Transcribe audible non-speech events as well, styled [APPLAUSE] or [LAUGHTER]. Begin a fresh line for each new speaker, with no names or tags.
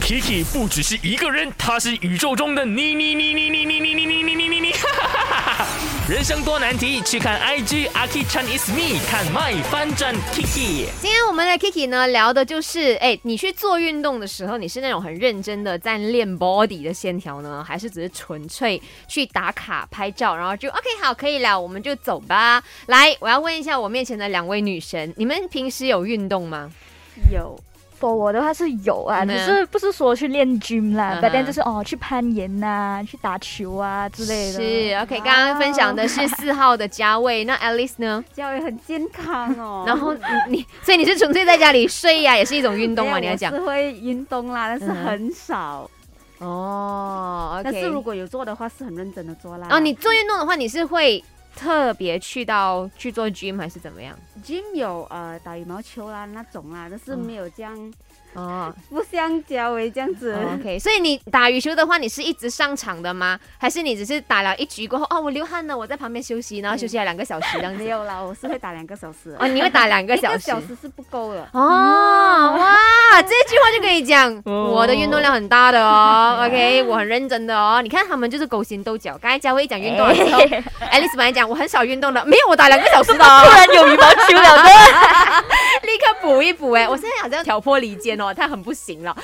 Kiki 不只是一个人，她是宇宙中的你你你你你你你你你你你你你。 [LAUGHS] 人生多难题，去看 IG Aki Chan is me，看 my 翻转 Kiki。
今天我们的 Kiki 呢聊的就是，哎，你去做运动的时候，你是那种很认真的在练 body 的线条呢，还是只是纯粹去打卡拍照，然后就 OK 好可以了，我们就走吧。来，我要问一下我面前的两位女神，你们平时有运动吗？
有。For 我的话是有啊，
嗯
可是不是说去练 gym 啦，
嗯哼
反正就是哦去攀岩呐、去打球啊之类的。
是 OK，刚刚分享的是四号的家卫，那 Alice 呢？
教育很健康
[LAUGHS]
哦。
然后你你，所以你是纯粹在家里睡呀、也是一种运动嘛？
没
你
有
要讲
我是会运动啦，但是
嗯哼
很少。
哦
但是如
，OK。
果有做的话，是很认真的做啦。
然后哦你做运动的话，你是会特别去到去做 gym 还是怎么样？
gym 有呃打羽毛球啦那种啦，但是
嗯
没有这样
哦、
不像教为这样子。
o k 所以你打羽球的话，你是一直上场的吗？还是你只是打了一局过后，哦，我流汗了，我在旁边休息，然后休息了两个小时这样
没 [LAUGHS]
子？
有啦，我是会打两个小时。
哦，你会打两个
一
小
个
时？
小时是不够的。
哦，哇，这句话就可以讲，
哦
我的运动量很大的哦，OK，我很认真的哦。你看他们就是勾心斗角。刚才佳慧一讲运动的时
[LAUGHS]
候，Alice 本来讲我很少运动的，没有，我打两个小时的、哦，突然有羽毛球了的，立刻补一补哎，我现在好像挑拨离间哦，他很不行了。